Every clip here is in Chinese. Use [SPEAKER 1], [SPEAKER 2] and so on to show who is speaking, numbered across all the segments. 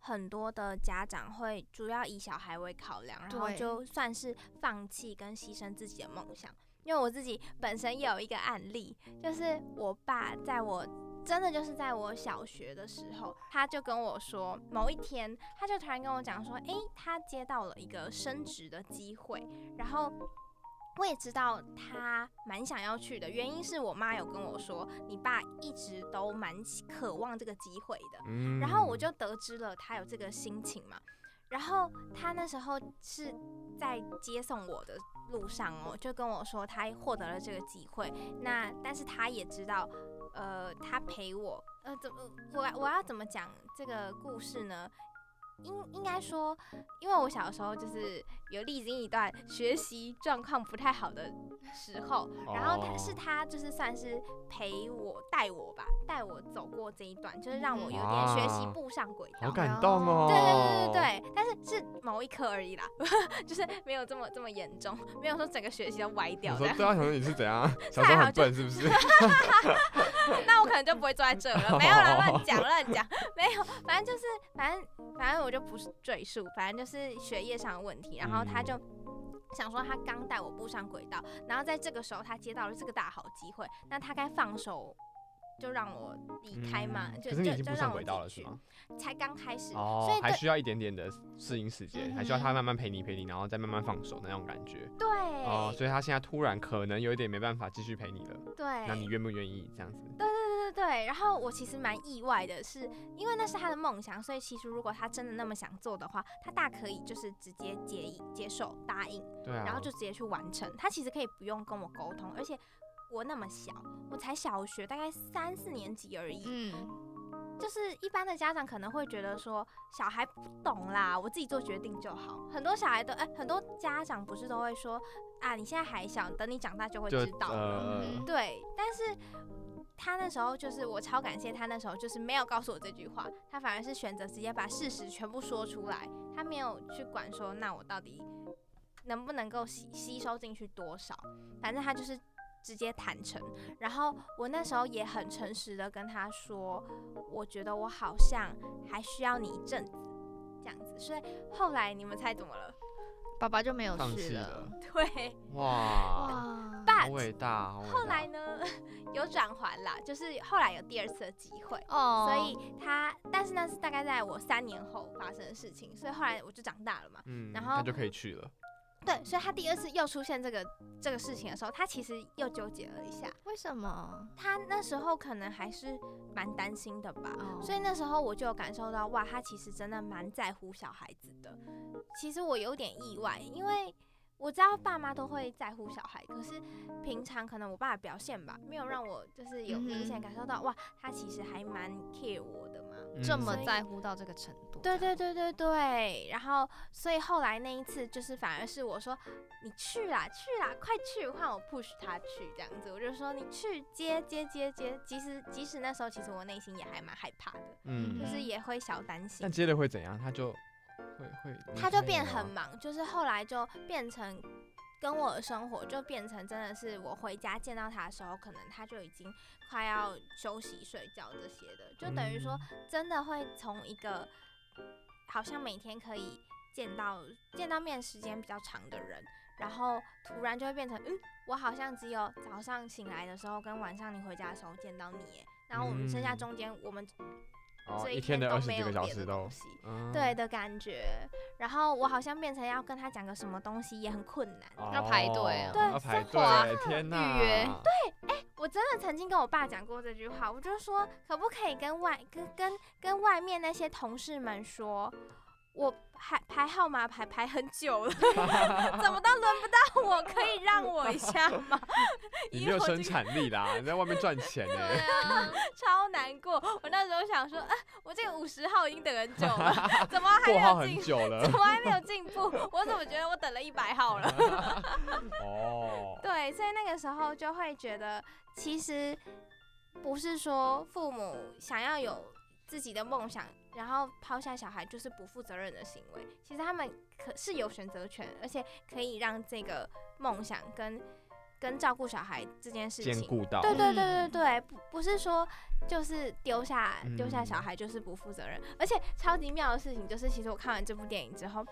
[SPEAKER 1] 很多的家长会主要以小孩为考量，然后
[SPEAKER 2] 对
[SPEAKER 1] 就算是放弃跟牺牲自己的梦想。因为我自己本身也有一个案例，就是我爸在我真的就是在我小学的时候，他就跟我说，某一天他就突然跟我讲说，诶，他接到了一个升职的机会，然后。我也知道他蛮想要去的，原因是我妈有跟我说，你爸一直都蛮渴望这个机会的。
[SPEAKER 3] 嗯
[SPEAKER 1] 然后我就得知了他有这个心情嘛。然后他那时候是在接送我的路上哦，就跟我说他获得了这个机会。那但是他也知道，呃，他陪我，呃，怎么我我要怎么讲这个故事呢？应应该说，因为我小时候就是有历经一段学习状况不太好的时候，然后他
[SPEAKER 3] 哦
[SPEAKER 1] 是他就是算是陪我带我吧，带我走过这一段，就是让我有点学习
[SPEAKER 3] 哇
[SPEAKER 1] 步上轨道。
[SPEAKER 3] 好感动哦。
[SPEAKER 1] 对对对对对，但是是某一科而已啦，就是没有这么这么严重，没有说整个学习都歪掉
[SPEAKER 3] 我
[SPEAKER 1] 这
[SPEAKER 3] 说
[SPEAKER 1] 样。
[SPEAKER 3] 对啊，想说你是怎 样？小
[SPEAKER 1] 太
[SPEAKER 3] 时候
[SPEAKER 1] 好
[SPEAKER 3] 很
[SPEAKER 1] 就
[SPEAKER 3] 笨是不是？
[SPEAKER 1] 那我可能就不会坐在 这了，没有啦，乱讲乱讲， 没有，反正就是反正反正我就不是赘述，反正就是学业上的问题，然后他就。想说他刚带我步上轨道，然后在这个时候他接到了这个大好机会，那他该放手就让我离 开嘛，
[SPEAKER 3] 嗯
[SPEAKER 1] 就
[SPEAKER 4] 可是你
[SPEAKER 1] 就
[SPEAKER 4] 已经
[SPEAKER 1] 就
[SPEAKER 4] 步
[SPEAKER 1] 让
[SPEAKER 4] 上
[SPEAKER 1] 我
[SPEAKER 4] 轨
[SPEAKER 1] 自
[SPEAKER 4] 道
[SPEAKER 1] 己
[SPEAKER 4] 了，是
[SPEAKER 1] 去
[SPEAKER 4] 吗？
[SPEAKER 1] 才刚开始，所
[SPEAKER 4] 哦
[SPEAKER 1] 以，
[SPEAKER 4] 还
[SPEAKER 1] 对
[SPEAKER 4] 需要一点点的适应时间，还需要
[SPEAKER 1] 嗯
[SPEAKER 4] 他
[SPEAKER 1] 哼
[SPEAKER 4] 慢慢陪你陪你，然后再慢慢放手的那种感觉。
[SPEAKER 1] 对、
[SPEAKER 4] 哦，所以他现在突然可能有一点没办法继续陪你了，
[SPEAKER 1] 对，
[SPEAKER 4] 那你愿不愿意这样子？
[SPEAKER 1] 对对对，然后我其实蛮意外的是，因为那是他的梦想，所以其实如果他真的那么想做的话，他大可以就是直接接接受答应，
[SPEAKER 4] 对啊，
[SPEAKER 1] 然后就直接去完成。他其实可以不用跟我沟通，而且我那么小，我才小学大概三四年级而已，
[SPEAKER 2] 嗯，
[SPEAKER 1] 就是一般的家长可能会觉得说小孩不懂啦，我自己做决定就好。很多小孩都哎、很多家长不是都会说啊，你现在还小，等你长大就会
[SPEAKER 4] 就
[SPEAKER 1] 知道了。
[SPEAKER 4] 呃
[SPEAKER 2] 嗯，
[SPEAKER 1] 对，但是他那时候就是我超感谢他那时候就是没有告诉我这句话，他反而是选择直接把事实全部说出来，他没有去管说那我到底能不能够吸吸收进去多少，反正他就是直接坦诚。然后我那时候也很诚实的跟他说，我觉得我好像还需要你一阵子。这样子，所以后来你们猜怎么了？
[SPEAKER 2] 爸爸就没有
[SPEAKER 4] 放
[SPEAKER 2] 事
[SPEAKER 4] 弃
[SPEAKER 2] 了
[SPEAKER 4] 了。，
[SPEAKER 1] 对，
[SPEAKER 4] 哇，
[SPEAKER 2] 哇，
[SPEAKER 1] 爸
[SPEAKER 4] 好伟大，好伟大。
[SPEAKER 1] 后来呢 有转环啦，就是后来有第二次的机会，
[SPEAKER 2] 哦，
[SPEAKER 1] 所以他，但是那是大概在我三年后发生的事情，所以后来我就长大了嘛。
[SPEAKER 4] 嗯，
[SPEAKER 1] 然
[SPEAKER 4] 他
[SPEAKER 1] 后
[SPEAKER 4] 就可以去了。
[SPEAKER 1] 对，所以他第二次又出现这个这个事情的时候，他其实又纠结了一下。
[SPEAKER 2] 为什么？
[SPEAKER 1] 他那时候可能还是蛮担心的吧，
[SPEAKER 2] 哦
[SPEAKER 1] 所以那时候我就有感受到，哇，他其实真的蛮在乎小孩子的。其实我有点意外，因为我知道爸妈都会在乎小孩，可是平常可能我爸的表现吧，没有让我就是有
[SPEAKER 2] 嗯哼
[SPEAKER 1] 明显感受到，哇，他其实还蛮 care 我的嘛。
[SPEAKER 4] 嗯
[SPEAKER 2] 这么
[SPEAKER 1] 所以
[SPEAKER 2] 在乎到这个程度？
[SPEAKER 1] 对对对对对，然后所以后来那一次就是反而是我说你去啦去啦，快去，换我 push 他去这样子，我就说你去接接接接，其实即使那时候其实我内心也还蛮害怕的，
[SPEAKER 4] 嗯
[SPEAKER 1] 就，是
[SPEAKER 2] 嗯
[SPEAKER 1] 也会小担心
[SPEAKER 4] 但。接着会怎样？他就会会，
[SPEAKER 1] 他就
[SPEAKER 4] 会
[SPEAKER 1] 变
[SPEAKER 4] 吗
[SPEAKER 1] 很忙，就是后来就变成跟我的生活就变成真的是我回家见到他的时候，可能他就已经快要休息睡觉这些的，就等于说
[SPEAKER 4] 嗯
[SPEAKER 1] 真的会从一个好像每天可以见到见到面时间比较长的人，然后突然就会变成嗯，我好像只有早上醒来的时候跟晚上你回家的时候见到你耶，然后我们剩下
[SPEAKER 4] 嗯
[SPEAKER 1] 中间我们
[SPEAKER 4] 哦
[SPEAKER 1] 这
[SPEAKER 4] 一天的
[SPEAKER 1] 都
[SPEAKER 4] 二十
[SPEAKER 1] 没
[SPEAKER 4] 几
[SPEAKER 1] 有
[SPEAKER 4] 个小
[SPEAKER 1] 别的
[SPEAKER 4] 时都
[SPEAKER 1] 东。西。
[SPEAKER 4] 嗯
[SPEAKER 1] 对，的感觉。然后我好像变成要跟他讲个什么东西也很困难。
[SPEAKER 2] 要排队啊
[SPEAKER 4] 哦
[SPEAKER 1] 对
[SPEAKER 4] 要排
[SPEAKER 1] 生活啊
[SPEAKER 4] 队，天哪，
[SPEAKER 2] 预约
[SPEAKER 4] 对，
[SPEAKER 1] 我真的曾经跟我爸讲过这句话，我就说可不可以跟外跟跟跟外面那些同事们说，我排排号码排排很久了， 怎么都轮不到我，可以让我一下吗？
[SPEAKER 4] 你
[SPEAKER 1] 以
[SPEAKER 4] 没有
[SPEAKER 1] 我这
[SPEAKER 4] 生
[SPEAKER 1] 个
[SPEAKER 4] 产力啦，你在外面赚钱呢、
[SPEAKER 2] 对啊，
[SPEAKER 1] 超难过。我那时候想说，啊，我这个五十号已经等很久 了，怎么啊还
[SPEAKER 4] 过
[SPEAKER 1] 没
[SPEAKER 4] 号
[SPEAKER 1] 有
[SPEAKER 4] 很
[SPEAKER 1] 进？
[SPEAKER 4] 久了
[SPEAKER 1] 怎么还没有进步？ 我怎么觉得我等了一百号了？
[SPEAKER 4] 哦。
[SPEAKER 1] 对，所以那个时候就会觉得，其实不是说父母想要有自己的梦想，然后抛下小孩就是不负责任的行为。其实他们可是有选择权，而且可以让这个梦想跟跟照顾小孩这件事
[SPEAKER 4] 兼
[SPEAKER 1] 情
[SPEAKER 4] 顾到，
[SPEAKER 1] 对对对对
[SPEAKER 2] 嗯
[SPEAKER 1] 对，不不是说就是丢下丢下小
[SPEAKER 4] 嗯
[SPEAKER 1] 孩就是不负责任，而且超级妙的事情就是，其实我看完这部电影之后。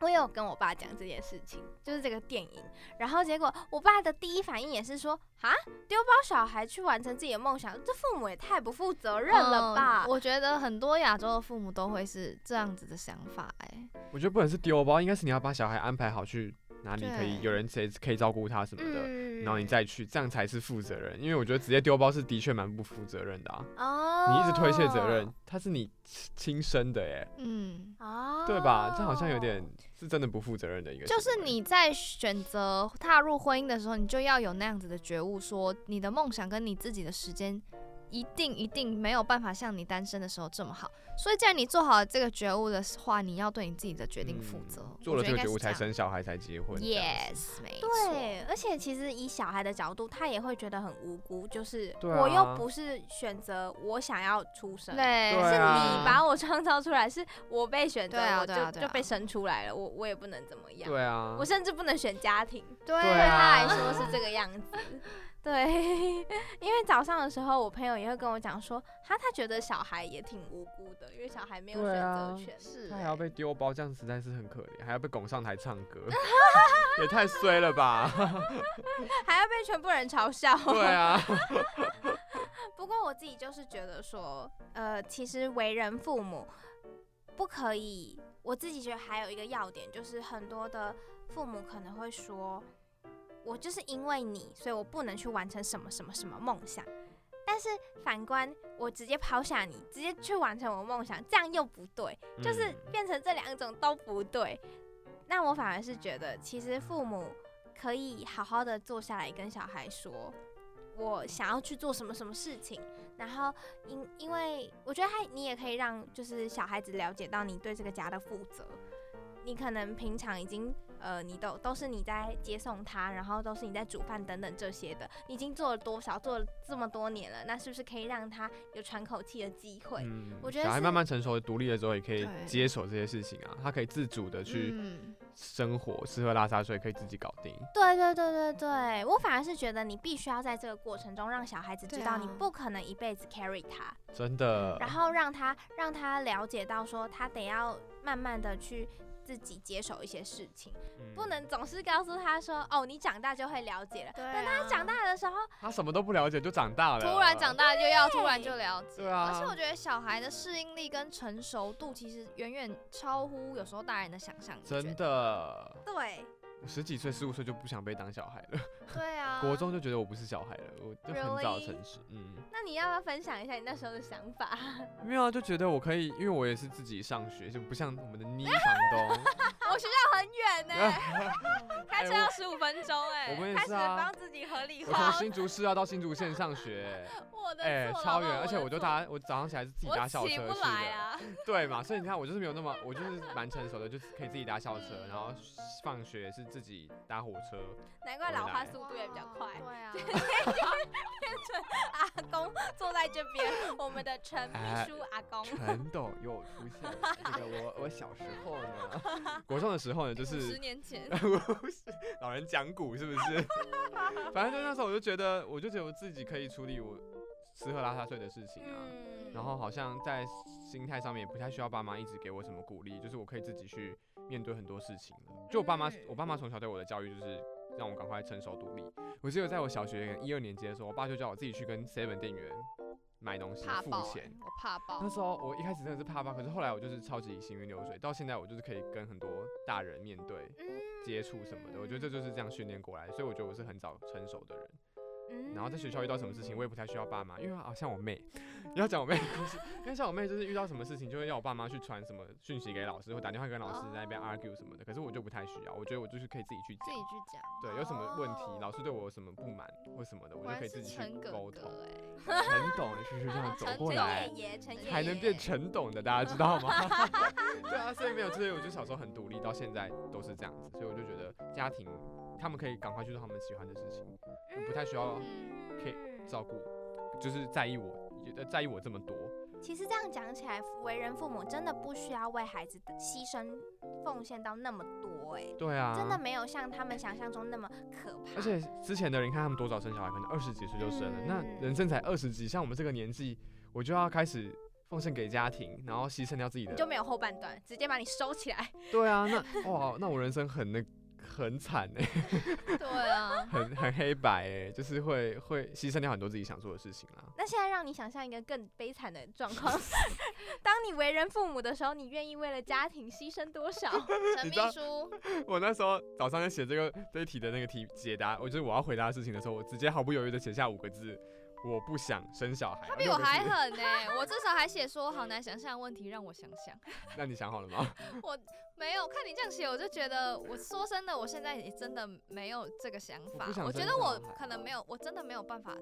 [SPEAKER 1] 我也有跟我爸讲这件事情，就是这个电影，然后结果我爸的第一反应也是说，啊，丢包小孩去完成自己的梦想，这父母也太不负责任了
[SPEAKER 4] 哦
[SPEAKER 2] 嗯
[SPEAKER 1] 吧？
[SPEAKER 2] 我觉得很多亚洲的父母都会是这样子的想法、哎，
[SPEAKER 4] 我觉得不能是丢包，应该是你要把小孩安排好去哪里可以
[SPEAKER 2] 对
[SPEAKER 4] 有人谁可以照顾他什么的，
[SPEAKER 1] 嗯
[SPEAKER 4] 然后你再去，这样才是负责任。因为我觉得直接丢包是的确蛮不负责任的啊，
[SPEAKER 1] 哦，
[SPEAKER 2] 嗯
[SPEAKER 4] 你一直推卸责任，他是你亲亲生的耶，
[SPEAKER 2] 嗯，
[SPEAKER 1] 哦，
[SPEAKER 4] 对吧？这好像有点是真的不负责任的一个行
[SPEAKER 2] 就
[SPEAKER 4] 为，
[SPEAKER 2] 是你在选择踏入婚姻的时候，你就要有那样子的觉悟，说你的梦想跟你自己的时间。一定一定没有办法像你单身的时候这么好，所以既然你做好了这个觉悟的话，你要对你自己的决定负责。
[SPEAKER 4] 嗯做了
[SPEAKER 2] 我
[SPEAKER 4] 这
[SPEAKER 2] 觉得
[SPEAKER 4] 个
[SPEAKER 2] 应该
[SPEAKER 4] 觉悟
[SPEAKER 2] 是
[SPEAKER 4] 才
[SPEAKER 2] 这样
[SPEAKER 4] 生小孩才结婚这样子。
[SPEAKER 2] Yes，没错。
[SPEAKER 1] 对，而且其实以小孩的角度，他也会觉得很无辜，就是
[SPEAKER 4] 对
[SPEAKER 1] 我
[SPEAKER 4] 啊
[SPEAKER 1] 又不是选择我想要出生，
[SPEAKER 2] 对，
[SPEAKER 4] 对
[SPEAKER 1] 是
[SPEAKER 4] 啊
[SPEAKER 1] 你把我创造出来，是我被选择，
[SPEAKER 2] 对啊
[SPEAKER 1] 我
[SPEAKER 2] 对
[SPEAKER 1] 就、
[SPEAKER 2] 啊对啊
[SPEAKER 1] 就被生出来了，我我也不能怎么样，
[SPEAKER 4] 对啊，
[SPEAKER 1] 我甚至不能选家 庭，
[SPEAKER 2] 对
[SPEAKER 4] 对
[SPEAKER 1] 对他
[SPEAKER 4] 啊
[SPEAKER 1] 来说是这个样子。对， 因为早上的时候，我朋友也会跟我讲说，他他觉得小孩也挺无辜的，因为小孩没有
[SPEAKER 4] 对
[SPEAKER 1] 选
[SPEAKER 4] 啊
[SPEAKER 1] 择权。
[SPEAKER 2] 是
[SPEAKER 4] 他
[SPEAKER 2] 欸
[SPEAKER 4] 还要被丢包，这样实在是很可怜，还要被拱上台唱歌， 也太衰了吧？
[SPEAKER 1] 还要被全部人嘲笑。
[SPEAKER 4] 对啊，
[SPEAKER 1] 不过我自己就是觉得说，呃，其实为人父母不可以，我自己觉得还有一个要点就是，很多的父母可能会说，我就是因为你，所以我不能去完成什么什么什么梦想。但是反观，我直接抛下你，直接去完成我的梦想，这样又不对。 就是
[SPEAKER 4] 嗯
[SPEAKER 1] 变成这两种都不对。那我反而是觉得，其实父母可以好好的坐下来跟小孩说，我想要去做什么什么事情，然后因因为我觉得他你也可以让就是小孩子了解到你对这个家的负责。你可能平常已经呃，你都都是你在接送他，然后都是你在煮饭等等这些的，你已经做了多少，做了这么多年了，那是不是可以让他有喘口气的机会？
[SPEAKER 4] 嗯
[SPEAKER 1] 我觉得
[SPEAKER 4] 小孩
[SPEAKER 1] 是
[SPEAKER 4] 慢慢成熟、独立了之后，也可以
[SPEAKER 2] 对
[SPEAKER 4] 接手这些事情啊，他可以自主的去
[SPEAKER 2] 嗯，
[SPEAKER 4] 生活，吃喝拉撒睡可以自己搞定。
[SPEAKER 1] 对对对对对，我反而是觉得你必须要在这个过程中让小孩子
[SPEAKER 2] 对
[SPEAKER 1] 知
[SPEAKER 2] 啊嗯
[SPEAKER 1] 道你不可能一辈子 carry 他，
[SPEAKER 4] 真的
[SPEAKER 1] 然，后让他让他了解到说他得要慢慢的去自己接手一些事情，
[SPEAKER 4] 嗯
[SPEAKER 1] 不能总是告诉他说哦你长大就会了解了。
[SPEAKER 2] 对、啊
[SPEAKER 1] 等他长大的时候，
[SPEAKER 4] 他什么都不了解就长大了，
[SPEAKER 2] 突然长
[SPEAKER 4] 大，
[SPEAKER 2] 大就要突然就了解。
[SPEAKER 4] 啊对啊
[SPEAKER 2] 而且我觉得小孩的适应力跟成熟度其实远远超乎有时候大人的想象。
[SPEAKER 4] 真
[SPEAKER 2] 的，
[SPEAKER 4] 的，
[SPEAKER 1] 对，
[SPEAKER 4] 我十几岁、十五岁就不想被当小孩了，
[SPEAKER 2] 对啊，
[SPEAKER 4] 国中就觉得我不是小孩了，我就很早
[SPEAKER 1] Really？
[SPEAKER 4] 成熟，嗯。
[SPEAKER 1] 那你要不要分享一下你那时候的想法？
[SPEAKER 4] 没有啊，就觉得我可以，因为我也是自己上学，就不像我们的妮房 东，
[SPEAKER 1] 我学校很远呢、
[SPEAKER 2] 开车要十五分钟哎、
[SPEAKER 4] 哎 我们也
[SPEAKER 1] 开始
[SPEAKER 4] 是啊
[SPEAKER 1] 帮。自己合理
[SPEAKER 4] 我从
[SPEAKER 1] 化
[SPEAKER 4] 新竹市要到新竹县上学，
[SPEAKER 1] 我的
[SPEAKER 4] 哎、
[SPEAKER 1] 错，
[SPEAKER 4] 超
[SPEAKER 1] 老
[SPEAKER 4] 远，
[SPEAKER 1] 板
[SPEAKER 4] 而且
[SPEAKER 1] 的
[SPEAKER 4] 我就
[SPEAKER 1] 错
[SPEAKER 4] 搭，我早上起来是自己搭校
[SPEAKER 2] 我
[SPEAKER 4] 车去
[SPEAKER 2] 起
[SPEAKER 4] 的，
[SPEAKER 2] 不来啊，
[SPEAKER 4] 对嘛？所以你看，我就是没有那么，我就是蛮成熟的，就是可以自己搭校车，然
[SPEAKER 2] 嗯
[SPEAKER 4] 后放学是自己搭火车，
[SPEAKER 1] 难怪老
[SPEAKER 4] 回
[SPEAKER 1] 化
[SPEAKER 4] 来
[SPEAKER 1] 速度也比较快。
[SPEAKER 2] 对啊，
[SPEAKER 1] 阿公坐在这边，我们的陈秘书阿
[SPEAKER 4] 哎
[SPEAKER 2] 哦
[SPEAKER 1] 公。
[SPEAKER 4] 陈董又出现了。这个我我小时候 呢，国中的时候呢，就
[SPEAKER 2] 十
[SPEAKER 4] 是
[SPEAKER 2] 年前
[SPEAKER 4] 老人讲古是不是？ 反正就那时候我就觉得，我就觉得我自己可以处理我吃喝拉撒睡的事情啊。
[SPEAKER 1] 嗯
[SPEAKER 4] 然后好像在心态上面也不太需要爸妈一直给我什么鼓励，就是我可以自己去面对很多事情了。就我爸妈
[SPEAKER 1] 嗯，
[SPEAKER 4] 我爸妈从小对我的教育就是让我赶快成熟独立。我记得在我小学一二年级的时候，我爸就叫我自己去跟 seven 店员买东西
[SPEAKER 2] 怕
[SPEAKER 4] 付
[SPEAKER 2] 爆、
[SPEAKER 4] 钱
[SPEAKER 2] 欸。，我怕爆
[SPEAKER 4] 那。时候我一开始真的是怕怕，可是后来我就是超级行云流水，到现在我就是可以跟很多大人面对、
[SPEAKER 1] 嗯
[SPEAKER 4] 接触什么的。我觉得这就是这样训练过来，所以我觉得我是很早成熟的人。
[SPEAKER 1] 嗯
[SPEAKER 4] 然后在学校遇到什么事情，我也不太需要爸妈，因为啊，像我妹，要讲我妹的故事，因为像我妹就是遇到什么事情，就会要我爸妈去传什么讯息给老师，或打电话跟老师在那边 argue 什么的。可是我就不太需要，我觉得我就是可以自己去
[SPEAKER 2] 哦自己
[SPEAKER 4] 讲，
[SPEAKER 2] 去讲。
[SPEAKER 4] 对，有什么问题
[SPEAKER 1] 哦，
[SPEAKER 4] 老师对我有什么不满或什么的，我
[SPEAKER 2] 果
[SPEAKER 4] 就
[SPEAKER 2] 然
[SPEAKER 4] 可以
[SPEAKER 2] 是
[SPEAKER 4] 自己去
[SPEAKER 2] 陈哥
[SPEAKER 4] 沟
[SPEAKER 2] 哥
[SPEAKER 4] 通。
[SPEAKER 2] 哎、
[SPEAKER 4] 陈董，就是这样走
[SPEAKER 2] 陈
[SPEAKER 4] 过
[SPEAKER 2] 董
[SPEAKER 4] 来
[SPEAKER 1] 啊陈。爷爷，陈爷爷
[SPEAKER 4] 才能变陈董的，大家知道吗？ 对啊，所以没有，所以我就小时候很独立，到现在都是这样子，所以我就觉得家庭他们可以赶快去做他们喜欢的事情，就不太需要
[SPEAKER 2] 嗯，
[SPEAKER 4] 可以照顾，就是在意我，呃在意我这么多。
[SPEAKER 1] 其实这样讲起来，为人父母真的不需要为孩子的牺牲奉献到那么多哎、
[SPEAKER 4] 对啊，
[SPEAKER 1] 真的没有像他们想象中那么可怕。
[SPEAKER 4] 而且之前的人，你看他们多早生小孩，可能二十几岁就生了，那
[SPEAKER 1] 嗯
[SPEAKER 4] 人生才二十几，像我们这个年纪，我就要开始奉献给家庭，然后牺牲掉自己
[SPEAKER 1] 你就
[SPEAKER 4] 的。
[SPEAKER 1] 没有后半段，直接把你收起来。
[SPEAKER 4] 对啊，那哇，那我人生很那很惨哎、
[SPEAKER 2] 对啊，
[SPEAKER 4] 很很黑白哎、就是会会牺牲掉很多自己想做的事情啦。
[SPEAKER 1] 那现在让你想象一个更悲惨的状况，当你为人父母的时候，你愿意为了家庭牺牲多少？
[SPEAKER 2] 陈
[SPEAKER 4] 你
[SPEAKER 2] 秘
[SPEAKER 4] 知道
[SPEAKER 2] 书，
[SPEAKER 4] 我那时候早上在写这个这一题的那个题解答，我就是我要回答的事情的时候，我直接毫不犹豫的写下五个字：我不想生小孩。他啊
[SPEAKER 2] 比我还狠呢、我至少还写说好难想象的问题，让我想想。
[SPEAKER 4] 那你想好了吗？
[SPEAKER 2] 我没有看你这样写，我就觉得，我说真的，我现在也真的没有这个想
[SPEAKER 4] 我
[SPEAKER 2] 法
[SPEAKER 4] 不。想
[SPEAKER 2] 我觉
[SPEAKER 4] 生
[SPEAKER 2] 得
[SPEAKER 4] 小
[SPEAKER 2] 我
[SPEAKER 4] 孩
[SPEAKER 2] 可能没有，我真的没有办法。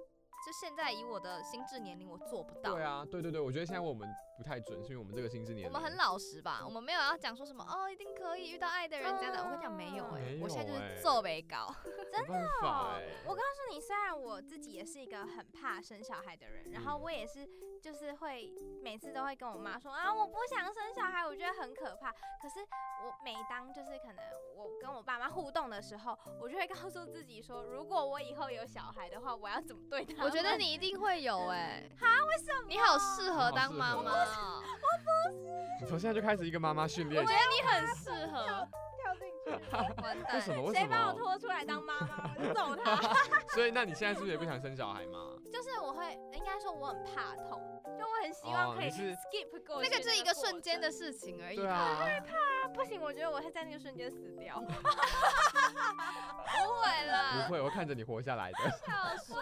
[SPEAKER 2] 就现在以我的心智年龄，我做不到。
[SPEAKER 4] 对啊，对对对，我觉得现
[SPEAKER 1] 嗯
[SPEAKER 4] 在我们不太准，是因为我们这个心智年龄，
[SPEAKER 2] 我们很老实
[SPEAKER 4] 哦
[SPEAKER 2] 吧，我们没有要讲说什么哦，一定可以遇到爱的人这样的。我跟你讲没有哎、
[SPEAKER 4] 没
[SPEAKER 2] 我现在就
[SPEAKER 4] 有欸
[SPEAKER 2] 是皱眉高。
[SPEAKER 4] 没办法哎、
[SPEAKER 1] 哦我告诉你，虽然我自己也是一个很怕生小孩的人，然后
[SPEAKER 4] 嗯
[SPEAKER 1] 我也是就是会每次都会跟我妈说啊，我不想生小孩，我觉得很可怕。可是我每当就是可能我跟我爸妈互动的时候，我就会告诉自己说，如果我以后有小孩的话，我要怎么对他们？
[SPEAKER 2] 我觉得你一定会有哎、哈，为什么？你好适合当妈妈哦，
[SPEAKER 4] 你从现在就开始一个妈妈训练
[SPEAKER 2] 我觉，得你很适 合。
[SPEAKER 1] 跳进去，
[SPEAKER 2] 完
[SPEAKER 4] 为
[SPEAKER 2] 蛋，
[SPEAKER 4] 什么？为什
[SPEAKER 1] 谁把我
[SPEAKER 4] 么？
[SPEAKER 1] 拖出来当妈妈，我就揍他。
[SPEAKER 4] 所以那你现在是不是也不想生小孩吗？
[SPEAKER 1] 就是我会，应该说我很怕痛，就我很希望
[SPEAKER 4] 哦
[SPEAKER 1] 可以
[SPEAKER 4] 你是
[SPEAKER 1] skip 过去
[SPEAKER 2] 那个就是一个
[SPEAKER 1] 过程
[SPEAKER 2] 瞬间的，事情而已
[SPEAKER 4] 对
[SPEAKER 2] 吧。
[SPEAKER 4] 啊，
[SPEAKER 1] 哎不行，我觉得我会在那个瞬间死掉。
[SPEAKER 2] 不会啦
[SPEAKER 4] 不，会，我看着你活下来的。
[SPEAKER 2] 跳树，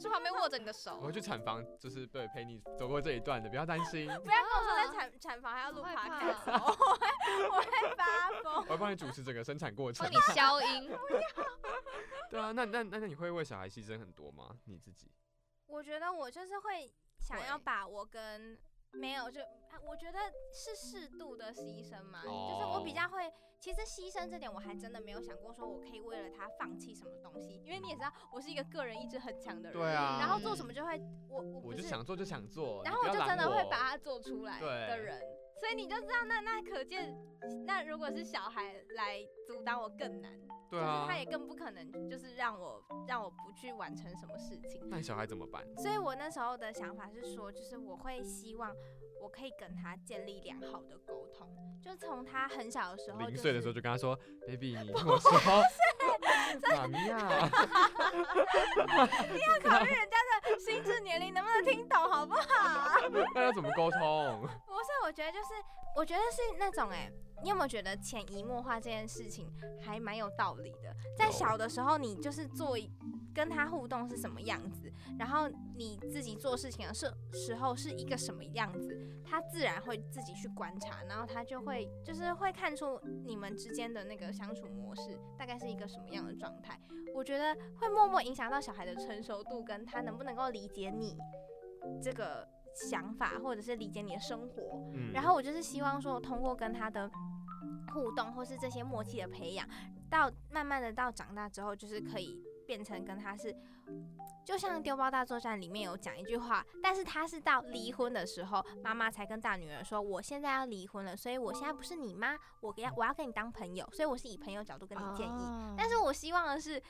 [SPEAKER 2] 去旁边握着你的手。
[SPEAKER 4] 我去产房，就是对陪你走过这一段的，不要担 心，
[SPEAKER 1] 不要跟我说在
[SPEAKER 4] 啊
[SPEAKER 1] 产产房还要录
[SPEAKER 2] 好害
[SPEAKER 1] podcast，
[SPEAKER 2] 怕
[SPEAKER 1] 我会 我会发疯。
[SPEAKER 4] 我会帮你主持整个生产过程
[SPEAKER 2] 帮。你消音。
[SPEAKER 4] 对啊，那那那那你会为小孩牺牲很多吗？你自己？
[SPEAKER 1] 我觉得我就是会想要
[SPEAKER 2] 会
[SPEAKER 1] 把我跟没有就，啊我觉得是适度的牺牲嘛，
[SPEAKER 4] 哦
[SPEAKER 1] 就是我比较会，其实牺牲这点我还真的没有想过，说我可以为了他放弃什么东西，因为你也知道我是一个个人意志很强的人，
[SPEAKER 4] 对啊
[SPEAKER 1] 然后做什么就会我我
[SPEAKER 4] 我
[SPEAKER 1] 不
[SPEAKER 4] 就是想做就想做，
[SPEAKER 1] 然后我
[SPEAKER 4] 你
[SPEAKER 1] 就
[SPEAKER 4] 不要
[SPEAKER 1] 真的
[SPEAKER 4] 拦
[SPEAKER 1] 会
[SPEAKER 4] 我
[SPEAKER 1] 把它做出来的
[SPEAKER 4] 对
[SPEAKER 1] 人，所以你就知道那那可见，那如果是小孩来阻挡我更难，
[SPEAKER 4] 对
[SPEAKER 1] 就是
[SPEAKER 4] 啊
[SPEAKER 1] 他，也更不可能就是让我让我不去完成什么事情。
[SPEAKER 4] 那你小孩怎么办？
[SPEAKER 1] 所以我那时候的想法是说，就是我会希望我可以跟他建立良好的沟通，就从他很小的时候、就是，
[SPEAKER 4] 零岁的时候就跟他 说：“baby，你听我说，妈咪啊呀，
[SPEAKER 1] 考虑人家的心智年龄能不能听懂，好不好？
[SPEAKER 4] 那要怎么沟通
[SPEAKER 1] 不是，我觉得就是，我觉得是那种哎、你有没有觉得潜移默化这件事情还蛮有道理的？在
[SPEAKER 4] 有
[SPEAKER 1] 小的时候，你就是做一跟他互动是什么样子，然后你自己做事情的时时候是一个什么样子，他自然会自己去观察，然后他就会就是会看出你们之间的那个相处模式大概是一个什么样的状态。我觉得会默默影响到小孩的成熟度，跟他能不能够理解你这个想法，或者是理解你的生活。？”
[SPEAKER 4] 嗯
[SPEAKER 1] 然后我就是希望说，通过跟他的互动或是这些默契的培养，到慢慢的到长大之后，就是可以变成跟他是，就像《丢包大作战》里面有讲一句话，但是他是到离婚的时候，妈妈才跟大女儿说，我现在要离婚了，所以我现在不是你妈，我给我要跟你当朋友，所以我是以朋友角度跟你建议。
[SPEAKER 2] 哦
[SPEAKER 1] 但是我希望的是，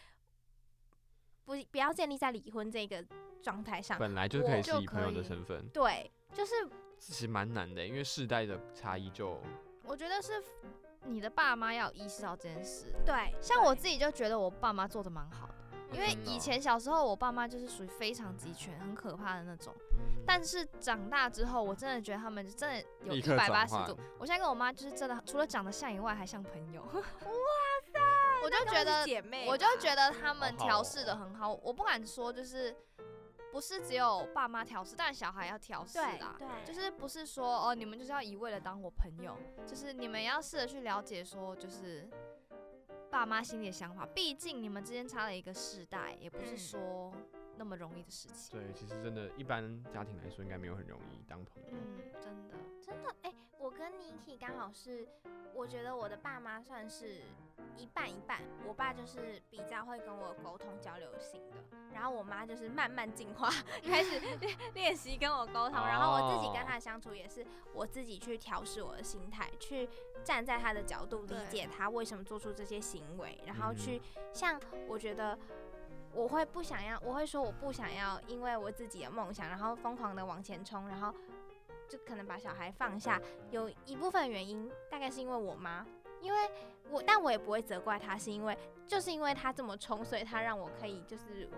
[SPEAKER 1] 不不要建立在离婚这个状态上。
[SPEAKER 4] 本来就是可以是
[SPEAKER 2] 我
[SPEAKER 4] 以
[SPEAKER 2] 就
[SPEAKER 4] 朋友
[SPEAKER 2] 可
[SPEAKER 4] 的
[SPEAKER 2] 以
[SPEAKER 4] 身份，
[SPEAKER 1] 对，就是
[SPEAKER 4] 其实蛮难的，因为世代的差异就
[SPEAKER 2] 我觉得是你的爸妈要意识到这件事。
[SPEAKER 1] 对，
[SPEAKER 2] 像我
[SPEAKER 1] 对
[SPEAKER 2] 自己就觉得我爸妈做的蛮好的，因为以前小时候我爸妈就是属于非常集权、很可怕的那种。但是长大之后，我真的觉得他们真的有
[SPEAKER 4] 立
[SPEAKER 2] 一
[SPEAKER 4] 刻
[SPEAKER 2] 百八
[SPEAKER 4] 转
[SPEAKER 2] 十
[SPEAKER 4] 换
[SPEAKER 2] 度。我现在跟我妈就是真的，除了长得像以外，还像朋友。哇塞！我就觉得
[SPEAKER 1] 姐妹，
[SPEAKER 2] 我就觉
[SPEAKER 1] 得，
[SPEAKER 2] 得他们
[SPEAKER 4] 好好
[SPEAKER 2] 调
[SPEAKER 4] 哦
[SPEAKER 2] 试的很好，我不敢说就是不是只有爸妈调试，但小孩要调试
[SPEAKER 1] 对
[SPEAKER 2] 啦。
[SPEAKER 1] 对，
[SPEAKER 2] 就是不是说哦，你们就是要一味的当我朋友，就是你们要试着去了解说，就是爸妈心里的想法。毕竟你们之间差了一个世代，也不是
[SPEAKER 1] 嗯
[SPEAKER 2] 说那么容易的事情。
[SPEAKER 4] 对，其实真的，一般家庭来说应该没有很容易当朋友。
[SPEAKER 2] 嗯，真的，
[SPEAKER 1] 真的，哎、我跟 Niki 刚好是，我觉得我的爸妈算是一半一半，我爸就是比较会跟我沟通交流型的，然后我妈就是慢慢进化，开 始练练习跟我沟通，然后我自己跟他相处也是我自己去调试我的心态，去站在他的角度理
[SPEAKER 2] 对
[SPEAKER 1] 解他为什么做出这些行为，然后
[SPEAKER 4] 嗯
[SPEAKER 1] 去像我觉得。我会不想要，我会说我不想要，因为我自己的梦想，然后疯狂的往前冲，然后就可能把小孩放下，有一部分原因大概是因为我妈，因为我，但我也不会责怪她，是因为就是因为她这么冲，所以她让我可以就是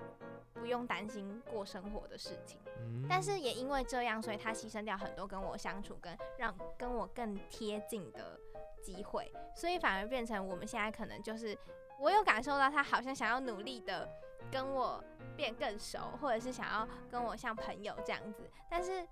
[SPEAKER 1] 不用担心过生活的事情。
[SPEAKER 4] 嗯
[SPEAKER 1] 但是也因为这样，所以她牺牲掉很多跟我相处跟让跟我更贴近的机会，所以反而变成我们现在可能就是我有感受到她好像想要努力的跟我变更熟，或者是想要跟我像朋友这样子，但是。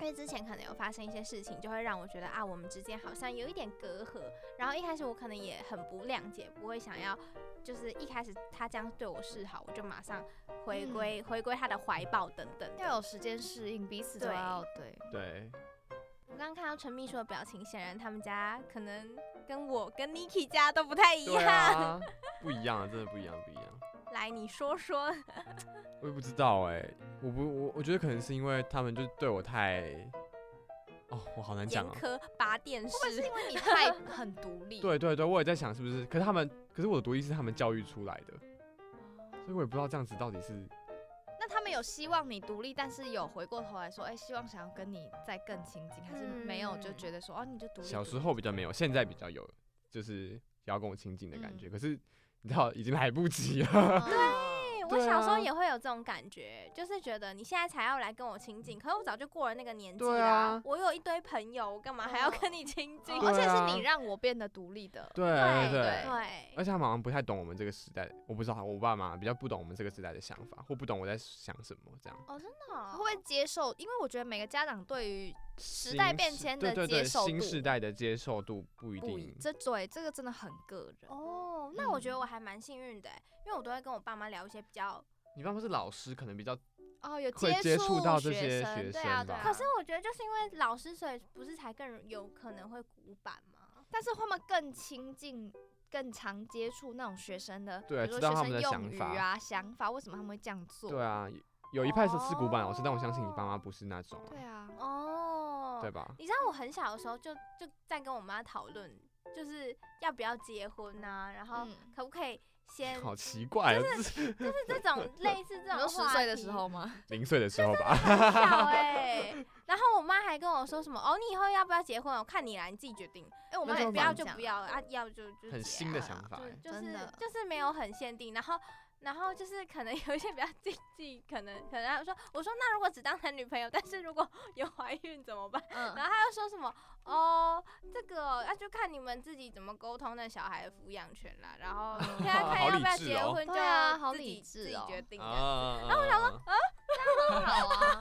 [SPEAKER 1] 因为之前可能有发生一些事情，就会让我觉得啊，我们之间好像有一点隔阂。然后一开始我可能也很不谅解，不会想要，就是一开始他这样对我示好，我就马上回归、回归他的怀抱等等的。
[SPEAKER 2] 要有时间适应，彼此都
[SPEAKER 1] 对
[SPEAKER 2] 要对。
[SPEAKER 4] 对，
[SPEAKER 1] 我刚刚看到陈秘书的表情，显然他们家可能跟我跟 Niki 家都不太一
[SPEAKER 4] 对
[SPEAKER 1] 样。
[SPEAKER 4] 啊，不一样，真的不一样，不一样。
[SPEAKER 1] 来，你说说，
[SPEAKER 4] 我也不知道哎、我不我我觉得可能是因为他们就对我太，哦，我好难
[SPEAKER 1] 严
[SPEAKER 4] 讲啊。
[SPEAKER 1] 苛拔电
[SPEAKER 2] 会不会
[SPEAKER 1] 视，
[SPEAKER 2] 是因为你太 很独立？
[SPEAKER 4] 对对对，我也在想是不是，可是他们，可是我的独立是他们教育出来的，所以我也不知道这样子到底是
[SPEAKER 2] 那他们有希望你独立，但是有回过头来说，哎、希望想要跟你再更亲近，还是没有就
[SPEAKER 1] 嗯
[SPEAKER 2] 觉得说，哦，你就独立。
[SPEAKER 4] 小
[SPEAKER 2] 独
[SPEAKER 4] 时
[SPEAKER 2] 立
[SPEAKER 4] 候比较没有，现在比较有，就是想要跟我亲近的感觉。
[SPEAKER 2] 嗯
[SPEAKER 4] 可是你知道，已经来不及了。
[SPEAKER 2] 对，
[SPEAKER 1] 对我
[SPEAKER 4] 对啊
[SPEAKER 1] 小时候也会有这种感觉，就是觉得你现在才要来跟我亲近，可是我早就过了那个年纪
[SPEAKER 4] 对
[SPEAKER 1] 啦、
[SPEAKER 4] 啊
[SPEAKER 1] 我有一堆朋友，我干嘛还 要跟你亲近？
[SPEAKER 2] 而且
[SPEAKER 4] 啊
[SPEAKER 2] 是你让我变得独立的。
[SPEAKER 4] 对对
[SPEAKER 1] 对
[SPEAKER 2] 对
[SPEAKER 4] 而且他们好像不太懂我们这个时代，我不知道，我爸妈比较不懂我们这个时代的想法，或不懂我在想什么这样。
[SPEAKER 1] 哦，真的
[SPEAKER 2] 会
[SPEAKER 1] 哦、
[SPEAKER 2] 不会接受？因为我觉得每个家长对于时代
[SPEAKER 4] 新
[SPEAKER 2] 变
[SPEAKER 4] 时
[SPEAKER 2] 迁
[SPEAKER 4] 对
[SPEAKER 2] 的
[SPEAKER 4] 对
[SPEAKER 2] 接
[SPEAKER 4] 对
[SPEAKER 2] 受
[SPEAKER 4] 新
[SPEAKER 2] 度
[SPEAKER 4] 时代的接受度不一
[SPEAKER 2] 不一
[SPEAKER 4] 定，
[SPEAKER 2] 这对这个真的很个人。
[SPEAKER 1] 哦，那我觉得
[SPEAKER 2] 嗯
[SPEAKER 1] 我还蛮幸运的欸，因为我都会跟我爸妈聊一些比较，
[SPEAKER 4] 你爸妈是老师，可能比较
[SPEAKER 2] 哦，有
[SPEAKER 4] 会接触
[SPEAKER 2] 触
[SPEAKER 4] 到这些
[SPEAKER 2] 生，
[SPEAKER 4] 学
[SPEAKER 2] 对啊
[SPEAKER 4] 生
[SPEAKER 2] 对
[SPEAKER 4] 吧
[SPEAKER 2] 啊。
[SPEAKER 1] 可是我觉得就是因为老师，所以不是才更有可能会古板吗？
[SPEAKER 2] 但是他们更亲近、更常接触那种学生的，
[SPEAKER 4] 对啊
[SPEAKER 2] 比如
[SPEAKER 4] 知道
[SPEAKER 2] 说
[SPEAKER 4] 他
[SPEAKER 2] 学
[SPEAKER 4] 们的
[SPEAKER 2] 生
[SPEAKER 4] 想
[SPEAKER 2] 用语
[SPEAKER 4] 法
[SPEAKER 2] 啊、想法，为什么他们会这样做？
[SPEAKER 4] 对啊，有有一派是是古板老师，但我相信你爸妈
[SPEAKER 1] 哦
[SPEAKER 4] 不是那种
[SPEAKER 2] 对
[SPEAKER 4] 啊，
[SPEAKER 2] 啊，
[SPEAKER 1] 哦，
[SPEAKER 4] 对吧？
[SPEAKER 1] 你知道我很小的时候就就在跟我妈讨论，就是要不要结婚啊，然后
[SPEAKER 2] 嗯
[SPEAKER 1] 可不可以 先
[SPEAKER 4] 好奇怪啊，
[SPEAKER 1] 就是这种类似这
[SPEAKER 2] 你
[SPEAKER 1] 种
[SPEAKER 2] 说十岁的时
[SPEAKER 1] 话
[SPEAKER 2] 候吗？
[SPEAKER 4] 零岁的时候吧，
[SPEAKER 1] 题很小哎、然后我妈还跟我说什么哦，你以后要不要结婚？我看你啦，你自己决定，
[SPEAKER 2] 哎，我
[SPEAKER 1] 我
[SPEAKER 2] 们
[SPEAKER 1] 们
[SPEAKER 2] 也
[SPEAKER 1] 不要
[SPEAKER 2] 这
[SPEAKER 1] 就
[SPEAKER 2] 样
[SPEAKER 1] 不要啊，要就就
[SPEAKER 4] 很
[SPEAKER 1] 结
[SPEAKER 4] 新
[SPEAKER 1] 啊
[SPEAKER 4] 的
[SPEAKER 2] 啊
[SPEAKER 4] 想法欸。
[SPEAKER 1] 就就
[SPEAKER 2] 真
[SPEAKER 1] 是
[SPEAKER 2] 的
[SPEAKER 1] 就是没有很限定，然后然后就是可能有一些比较禁忌，可能可能他说，我说那如果只当男女朋友，但是如果有怀孕怎么办？
[SPEAKER 2] 嗯，
[SPEAKER 1] 然后他又说什么哦，这个哦那、就看你们自己怎么沟通那小孩的抚养权啦，然后看看
[SPEAKER 4] 嗯好
[SPEAKER 1] 要
[SPEAKER 4] 理
[SPEAKER 1] 不要
[SPEAKER 4] 智
[SPEAKER 1] 结
[SPEAKER 4] 哦
[SPEAKER 1] 婚，就
[SPEAKER 2] 对啊
[SPEAKER 1] 要
[SPEAKER 2] 好
[SPEAKER 1] 自
[SPEAKER 2] 理
[SPEAKER 1] 己
[SPEAKER 2] 智
[SPEAKER 1] 自己
[SPEAKER 2] 哦
[SPEAKER 1] 决定的。
[SPEAKER 4] 啊，然后我想说，
[SPEAKER 2] 很好啊。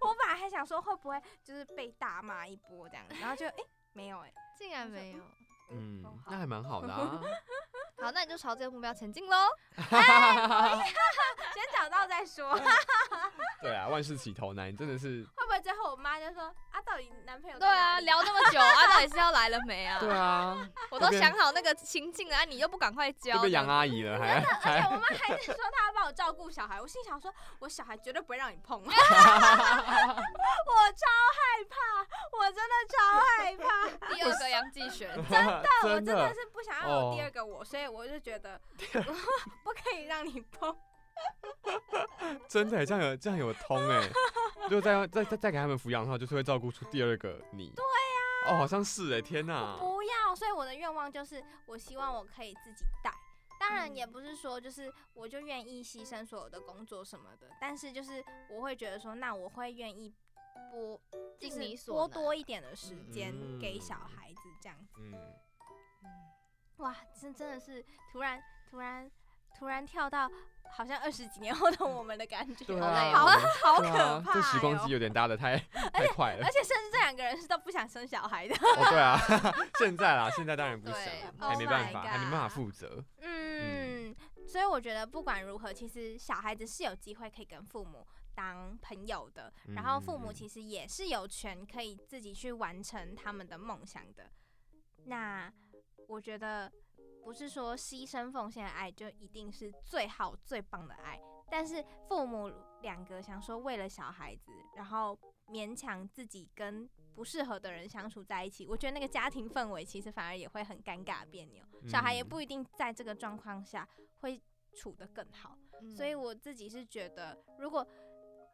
[SPEAKER 1] 我本来还想说会不会就是被大骂一波这样，然后就哎、没有哎、
[SPEAKER 2] 竟然没有。
[SPEAKER 4] 嗯
[SPEAKER 1] 哦，
[SPEAKER 4] 那还蛮好的啊。
[SPEAKER 2] 好，那你就朝这个目标前进喽。
[SPEAKER 1] 先找到再说，
[SPEAKER 4] 嗯
[SPEAKER 1] 会
[SPEAKER 4] 对啊，万事起头难，真的是。
[SPEAKER 1] 不 会最后我妈就说啊，到底男朋友在
[SPEAKER 2] 对啊，
[SPEAKER 1] 哪里
[SPEAKER 2] 聊那么久啊，到底是要来了没啊？
[SPEAKER 4] 对啊，
[SPEAKER 2] 我都想好那个情境了，啊你又不赶快
[SPEAKER 4] 都
[SPEAKER 2] 交。
[SPEAKER 4] 被杨阿姨了，还
[SPEAKER 1] 而且
[SPEAKER 4] 还
[SPEAKER 1] 我妈还是说她要帮我照顾小孩，我心想说，我小孩绝对不会让你 碰，我 超害怕，我真的超害怕，
[SPEAKER 2] 第二个杨继璇，
[SPEAKER 1] 我
[SPEAKER 4] 真
[SPEAKER 1] 真的
[SPEAKER 4] 的
[SPEAKER 1] 是不想要有
[SPEAKER 4] 哦
[SPEAKER 1] 第二个我，所以我就觉 得 不可以让你碰。
[SPEAKER 4] 真的欸这样有这样有通哎，就再再再再给他们抚养的话，就是会照顾出第二个你。对呀。哦，好像是哎，天哪！
[SPEAKER 1] 不要，所以我的愿望就是，我希望我可以自己带。当然
[SPEAKER 4] 嗯
[SPEAKER 1] 也不是说就是我就愿意牺牲所有的工作什么的，但是就是我会觉得说，那我会愿意拨，就
[SPEAKER 2] 尽
[SPEAKER 1] 是
[SPEAKER 2] 你
[SPEAKER 1] 拨
[SPEAKER 2] 所能
[SPEAKER 1] 多一点的时间
[SPEAKER 4] 嗯
[SPEAKER 1] 给小孩子这样子。
[SPEAKER 4] 嗯，
[SPEAKER 1] 哇，真真的是突然突然突然跳到好像二十几年后的我们的感觉，
[SPEAKER 4] 对
[SPEAKER 2] 好累
[SPEAKER 4] 啊，
[SPEAKER 2] 哦
[SPEAKER 1] 好
[SPEAKER 4] 我们对
[SPEAKER 1] 好可
[SPEAKER 4] 啊
[SPEAKER 1] 怕、
[SPEAKER 4] 这时光机。有点搭的太太快了
[SPEAKER 1] 而。且甚至这两个人是都不想生小孩的，
[SPEAKER 4] 哦，对啊， 现在啦，现在当然不想
[SPEAKER 2] 对，
[SPEAKER 4] 还没
[SPEAKER 1] Oh
[SPEAKER 4] 办
[SPEAKER 1] my
[SPEAKER 4] 法，还没办法
[SPEAKER 1] god
[SPEAKER 4] 负责。
[SPEAKER 1] 嗯，所以我觉得不管如何，其实小孩子是有机会可以跟父母当朋友的，然后父母
[SPEAKER 4] 嗯
[SPEAKER 1] 其实也是有权可以自己去完成他们的梦想的。那我觉得不是说牺牲奉献的爱就一定是最好最棒的爱，但是父母两个想说为了小孩子，然后勉强自己跟不适合的人相处在一起，我觉得那个家庭氛围其实反而也会很尴尬别扭，小孩也
[SPEAKER 4] 嗯
[SPEAKER 1] 不一定在这个状况下会处得更好。
[SPEAKER 2] 嗯
[SPEAKER 1] 所以我自己是觉得，如果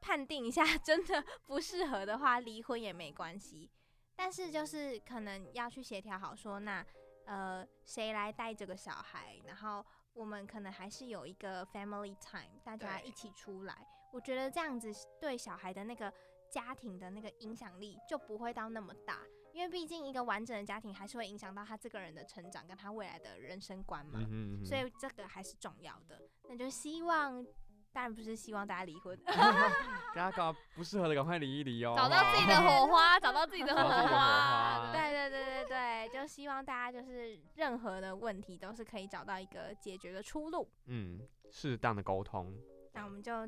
[SPEAKER 1] 判定一下 真的不适合的话，离婚也没关系。但是就是可能要去协调好说那呃谁来带这个小孩，然后我们可能还是有一个 family time，大家
[SPEAKER 2] 对
[SPEAKER 1] 一起出来。我觉得这样子对小孩的那个家庭的那个影响力就不会到那么大，因为毕竟一个完整的家庭还是会影响到他这个人的成长跟他未来的人生观
[SPEAKER 4] 嗯
[SPEAKER 1] 嘛。
[SPEAKER 4] 哼，嗯哼
[SPEAKER 1] 所 以这个还是重要的。那就希望，当然不是希望大家离婚，
[SPEAKER 4] 大家搞不适合的赶快离一离哦，
[SPEAKER 2] 找到自己的火花，找到自己 的
[SPEAKER 4] 找到自己的火
[SPEAKER 2] 花
[SPEAKER 4] 花，
[SPEAKER 1] 对对对对对，就希望大家就是任何的问题都是可以找到一个解决的出路。
[SPEAKER 4] 嗯，适当的沟通。
[SPEAKER 1] 那我们就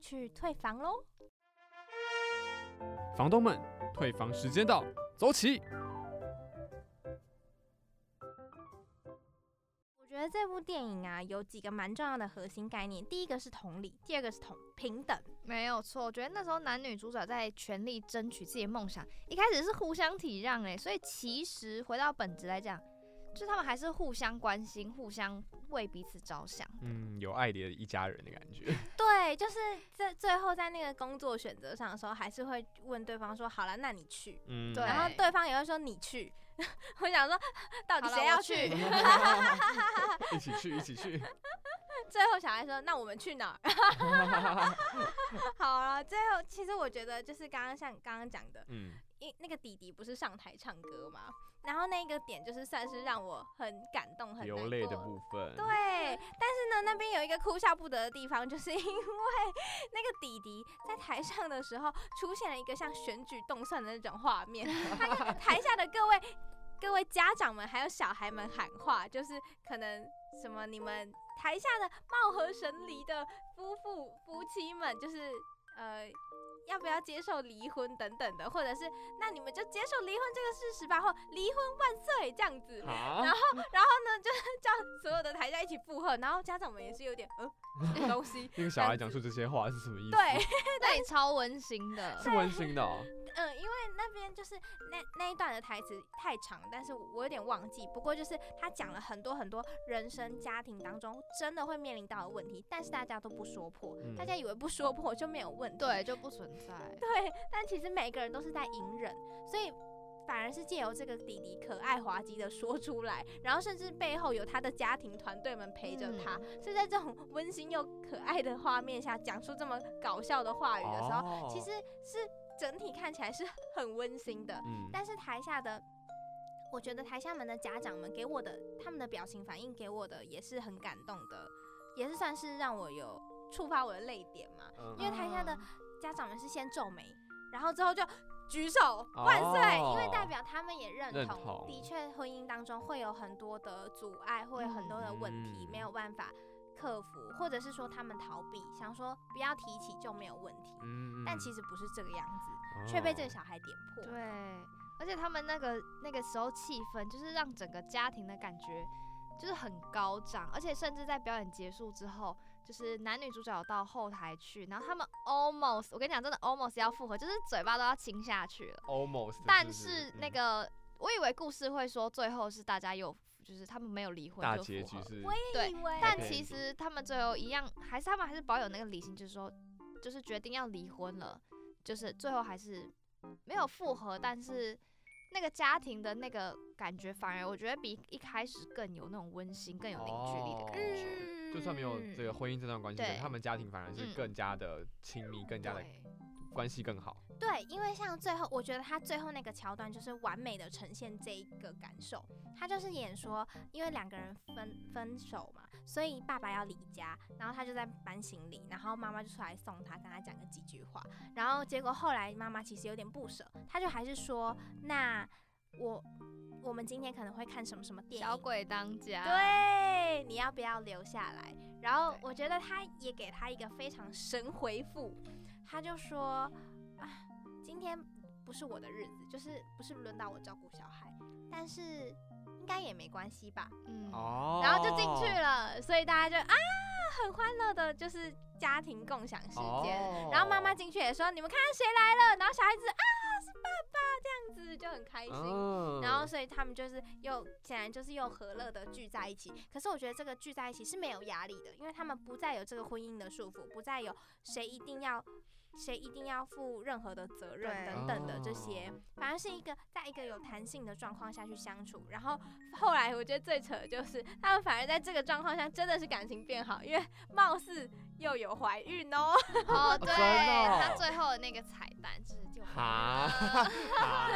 [SPEAKER 1] 去退房喽。
[SPEAKER 4] 房东们，退房时间到，走起！
[SPEAKER 1] 我觉得这部电影啊，有几个蛮重要的核心概念，第一个是同理，第二个是同平等。
[SPEAKER 2] 没有错，我觉得那时候男女主角在全力争取自己的梦想，一开始是互相体让哎、所以其实回到本质来讲，就他们还是互相关心，互相为彼此着想。
[SPEAKER 4] 嗯，有爱的一家人的感觉。
[SPEAKER 1] 对，就是在最后在那个工作选择上的时候，还是会问对方说：“好了，那你去。”
[SPEAKER 4] 嗯，
[SPEAKER 2] 对
[SPEAKER 1] 然后对方也会说：“你去。” 我想说， 到底
[SPEAKER 2] 好啦
[SPEAKER 1] 谁
[SPEAKER 2] 我
[SPEAKER 1] 要
[SPEAKER 4] 一
[SPEAKER 1] 去？
[SPEAKER 2] 去
[SPEAKER 4] 起去，一起 去。
[SPEAKER 1] 最后小孩说：“那我们去哪儿？” 好了，最后其实我觉得就是刚刚像刚刚讲的，
[SPEAKER 4] 嗯，
[SPEAKER 1] 因那个弟弟不是上台唱歌嘛，然后那个点就是算是让我很感动、很
[SPEAKER 4] 流
[SPEAKER 1] 难
[SPEAKER 4] 泪的
[SPEAKER 1] 过
[SPEAKER 4] 部分。
[SPEAKER 1] 对，但是呢，那边有一个哭笑不得的地方，就是因为那个弟弟在台上的时候出现了一个像选举动算的那种画面，他跟台下的各位各位家长们还有小孩们喊话，就是可能什么你们台下的貌合神离的夫妇夫妻们，就是呃。要不要接受离婚等等的，或者是那你们就接受离婚这个事实吧，或离婚万岁这样子。
[SPEAKER 4] 啊。
[SPEAKER 1] 然，后，然后呢，就是叫所有的台下一起附和，然后家长们也是有点呃，什么东西
[SPEAKER 4] 一个小孩讲出这些话是什么意思？
[SPEAKER 1] 对，，
[SPEAKER 2] 那里超温馨的，
[SPEAKER 4] 是温馨的哦。
[SPEAKER 1] 嗯，因为那边就是那那一段的台词太长，但是我有点忘记。不过就是他讲了很多很多人生、家庭当中真的会面临到的问题，但是大家都不说破，
[SPEAKER 4] 嗯
[SPEAKER 1] 大家以为不说破就没有问题。
[SPEAKER 2] 对，就不存在。
[SPEAKER 1] 对，但其实每个人都是在隐忍，所以反而是借由这个弟弟可爱滑稽的说出来，然后甚至背后有他的家庭团队们陪着他，所以在这种 温馨又可爱的画面下，讲出这么搞笑的话语的时候，
[SPEAKER 4] 哦
[SPEAKER 1] 其实是整体看起来是很温馨的，
[SPEAKER 4] 嗯，
[SPEAKER 1] 但是台下的。我觉得台下们的家长们给我的他们的表情反应给我的也是很感动的，也是算是让我有触发我的泪点嘛。
[SPEAKER 4] 嗯
[SPEAKER 1] 因为台下的
[SPEAKER 2] 啊
[SPEAKER 1] 家长们是先皱眉，然后之后就举手万岁，因为代
[SPEAKER 4] 哦
[SPEAKER 1] 表他们也认同，
[SPEAKER 4] 认同
[SPEAKER 1] 的确婚姻当中会有很多的阻碍，会有很多的问题、
[SPEAKER 4] 嗯
[SPEAKER 1] 没有办法克服，或者是说他们逃避，想说不要提起就没有问题，
[SPEAKER 4] 嗯，嗯
[SPEAKER 1] 但其实不是这个样子，却被这个
[SPEAKER 4] 哦
[SPEAKER 1] 小孩点破。
[SPEAKER 2] 对，
[SPEAKER 4] 啊
[SPEAKER 2] 而且他们那个那个时候气氛，就是让整个家庭的感觉就是很高涨，而且甚至在表演结束之后，就是男女主角到后台去，然后他们 almost，我跟你讲，真的 almost 要复合，就是嘴巴都要亲下去了。
[SPEAKER 4] almost，
[SPEAKER 2] 但
[SPEAKER 4] 是不
[SPEAKER 2] 是
[SPEAKER 4] 是
[SPEAKER 2] 那
[SPEAKER 4] 嗯
[SPEAKER 2] 个，我以为故事会说最后是大家又就是他们没有离婚
[SPEAKER 4] 大
[SPEAKER 2] 就
[SPEAKER 4] 结
[SPEAKER 2] 复
[SPEAKER 4] 局
[SPEAKER 2] 合，
[SPEAKER 4] 是
[SPEAKER 1] 我也
[SPEAKER 2] 对
[SPEAKER 1] 以为，
[SPEAKER 2] 但
[SPEAKER 4] Happy
[SPEAKER 2] 其
[SPEAKER 4] ending
[SPEAKER 2] 实他们最后一样，还是他们还是保有那个理性，就是说，就是决定要离婚了，就是最后还是没有复合，但是那个家庭的那个感觉，反而我觉得比一开始更有那种温馨，更有凝聚力的感
[SPEAKER 4] 哦
[SPEAKER 2] 觉。
[SPEAKER 1] 嗯
[SPEAKER 4] 就算没有这个婚姻这段关系
[SPEAKER 2] 对，
[SPEAKER 4] 他们家庭反而是
[SPEAKER 2] 嗯
[SPEAKER 4] 更加的亲密，更加的
[SPEAKER 2] 对，
[SPEAKER 4] 关系更好。
[SPEAKER 1] 对，因为像最后，我觉得他最后那个桥段就是完美的呈现这一个感受，他就是演说，因为两个人分分手嘛，所以爸爸要离家，然后他就在搬行李，然后妈妈就出来送他，跟他讲个几句话，然后结果后来妈妈其实有点不舍，他就还是说，那我我们今天可能会看什么什么电影，
[SPEAKER 2] 小鬼当
[SPEAKER 4] 啊
[SPEAKER 2] 家，，
[SPEAKER 1] 对，你要不要留下来？然后
[SPEAKER 2] 对
[SPEAKER 1] 我觉得他也给他一个非常神回复，他就说啊，今天不是我的日子，就是不是轮到我照顾小孩，但是应该也没关系吧。
[SPEAKER 2] 嗯，
[SPEAKER 4] 哦，
[SPEAKER 1] 然后就进去了，所以大家就啊，很欢乐的，就是家庭共享时间。
[SPEAKER 4] 哦
[SPEAKER 1] 然后妈妈进去也说，你们看谁来了？然后小孩子啊，是爸爸，这样子就很开心。
[SPEAKER 4] 嗯
[SPEAKER 1] 然后所以他们就是又显然就是又和乐的聚在一起。可是我觉得这个聚在一起是没有压力的，因为他们不再有这个婚姻的束缚，不再有谁一定要谁一定要负任何的责任
[SPEAKER 2] 对
[SPEAKER 1] 等等的这些，反而是一个在一个有弹性的状况下去相处。然后后来我觉得最扯的就是他们反而在这个状况下真的是感情变好，因为貌似又有怀孕哦。
[SPEAKER 2] 哦，
[SPEAKER 4] 真
[SPEAKER 2] 对，
[SPEAKER 4] 的哦
[SPEAKER 2] 他最后的那个彩蛋就是 就
[SPEAKER 4] 哈
[SPEAKER 2] 嗯
[SPEAKER 4] 啊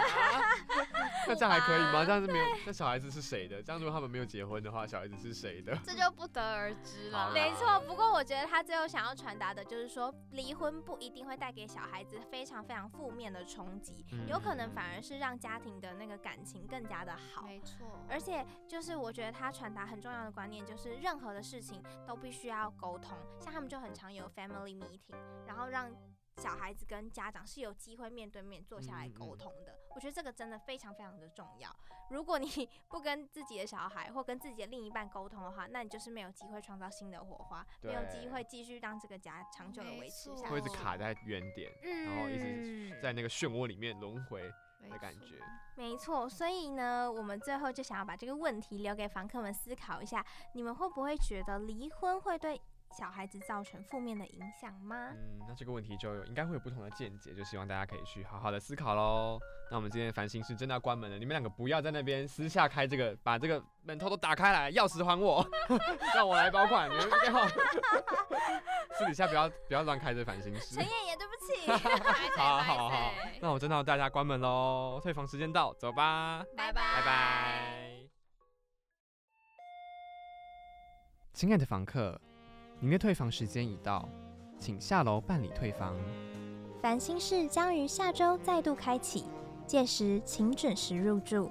[SPEAKER 4] 那这样还可以吗？这样是没有，那小孩子是谁的？这样如果他们没有结婚的话，小孩子是谁的？
[SPEAKER 2] 这就不得而知
[SPEAKER 4] 好啦
[SPEAKER 2] 了。
[SPEAKER 1] 没错，不过我觉得他最后想要传达的就是说，离婚不一定会带给小孩子非常非常负面的冲击，
[SPEAKER 4] 嗯
[SPEAKER 1] 有可能反而是让家庭的那个感情更加的好。
[SPEAKER 2] 没错，
[SPEAKER 1] 而且就是我觉得他传达很重要的观念就是，任何的事情都必须要沟通。像他们就很常有 family meeting，然后让小孩子跟家长是有机会面对面坐下来
[SPEAKER 4] 嗯嗯
[SPEAKER 1] 沟
[SPEAKER 4] 嗯
[SPEAKER 1] 通的。我觉得这个真的非常非常的重要。如果你 不跟自己的小孩或跟自己的另一半沟通的话，那你就是没有机会创造新的火花，没有机
[SPEAKER 4] 对
[SPEAKER 1] 会继续让这个家长久的
[SPEAKER 2] 没
[SPEAKER 1] 维持
[SPEAKER 2] 错
[SPEAKER 1] 下去。
[SPEAKER 4] 会一直卡在原点，然后一
[SPEAKER 1] 嗯
[SPEAKER 4] 直在那个漩涡里面轮回
[SPEAKER 2] 嗯没
[SPEAKER 4] 的感
[SPEAKER 2] 错
[SPEAKER 4] 觉。
[SPEAKER 1] 没错，所以呢，我们最后就想要把这个问题留给房客们思考一下，你们会不会觉得离婚会对小孩子造成负面的影响吗？
[SPEAKER 4] 嗯，那这个问题就有应该会有不同的见解，就希望大家可以去好好的思考喽。那我们今天的烦心事真的要关门了，你们两个不要在那边私下开这个，把这个门偷偷打开来，钥匙还我， 让我来保管，你们不要私底下不要不要乱开这烦心事
[SPEAKER 1] 陈。燕也对不 起，
[SPEAKER 4] 好好好，那我真的要大家关门喽，退房时间到，走吧，
[SPEAKER 2] 拜拜
[SPEAKER 4] 拜拜。亲爱的房客，您的退房时间已到，请下楼办理退房。
[SPEAKER 1] 烦心事将于下周再度开启，届时请准时入住。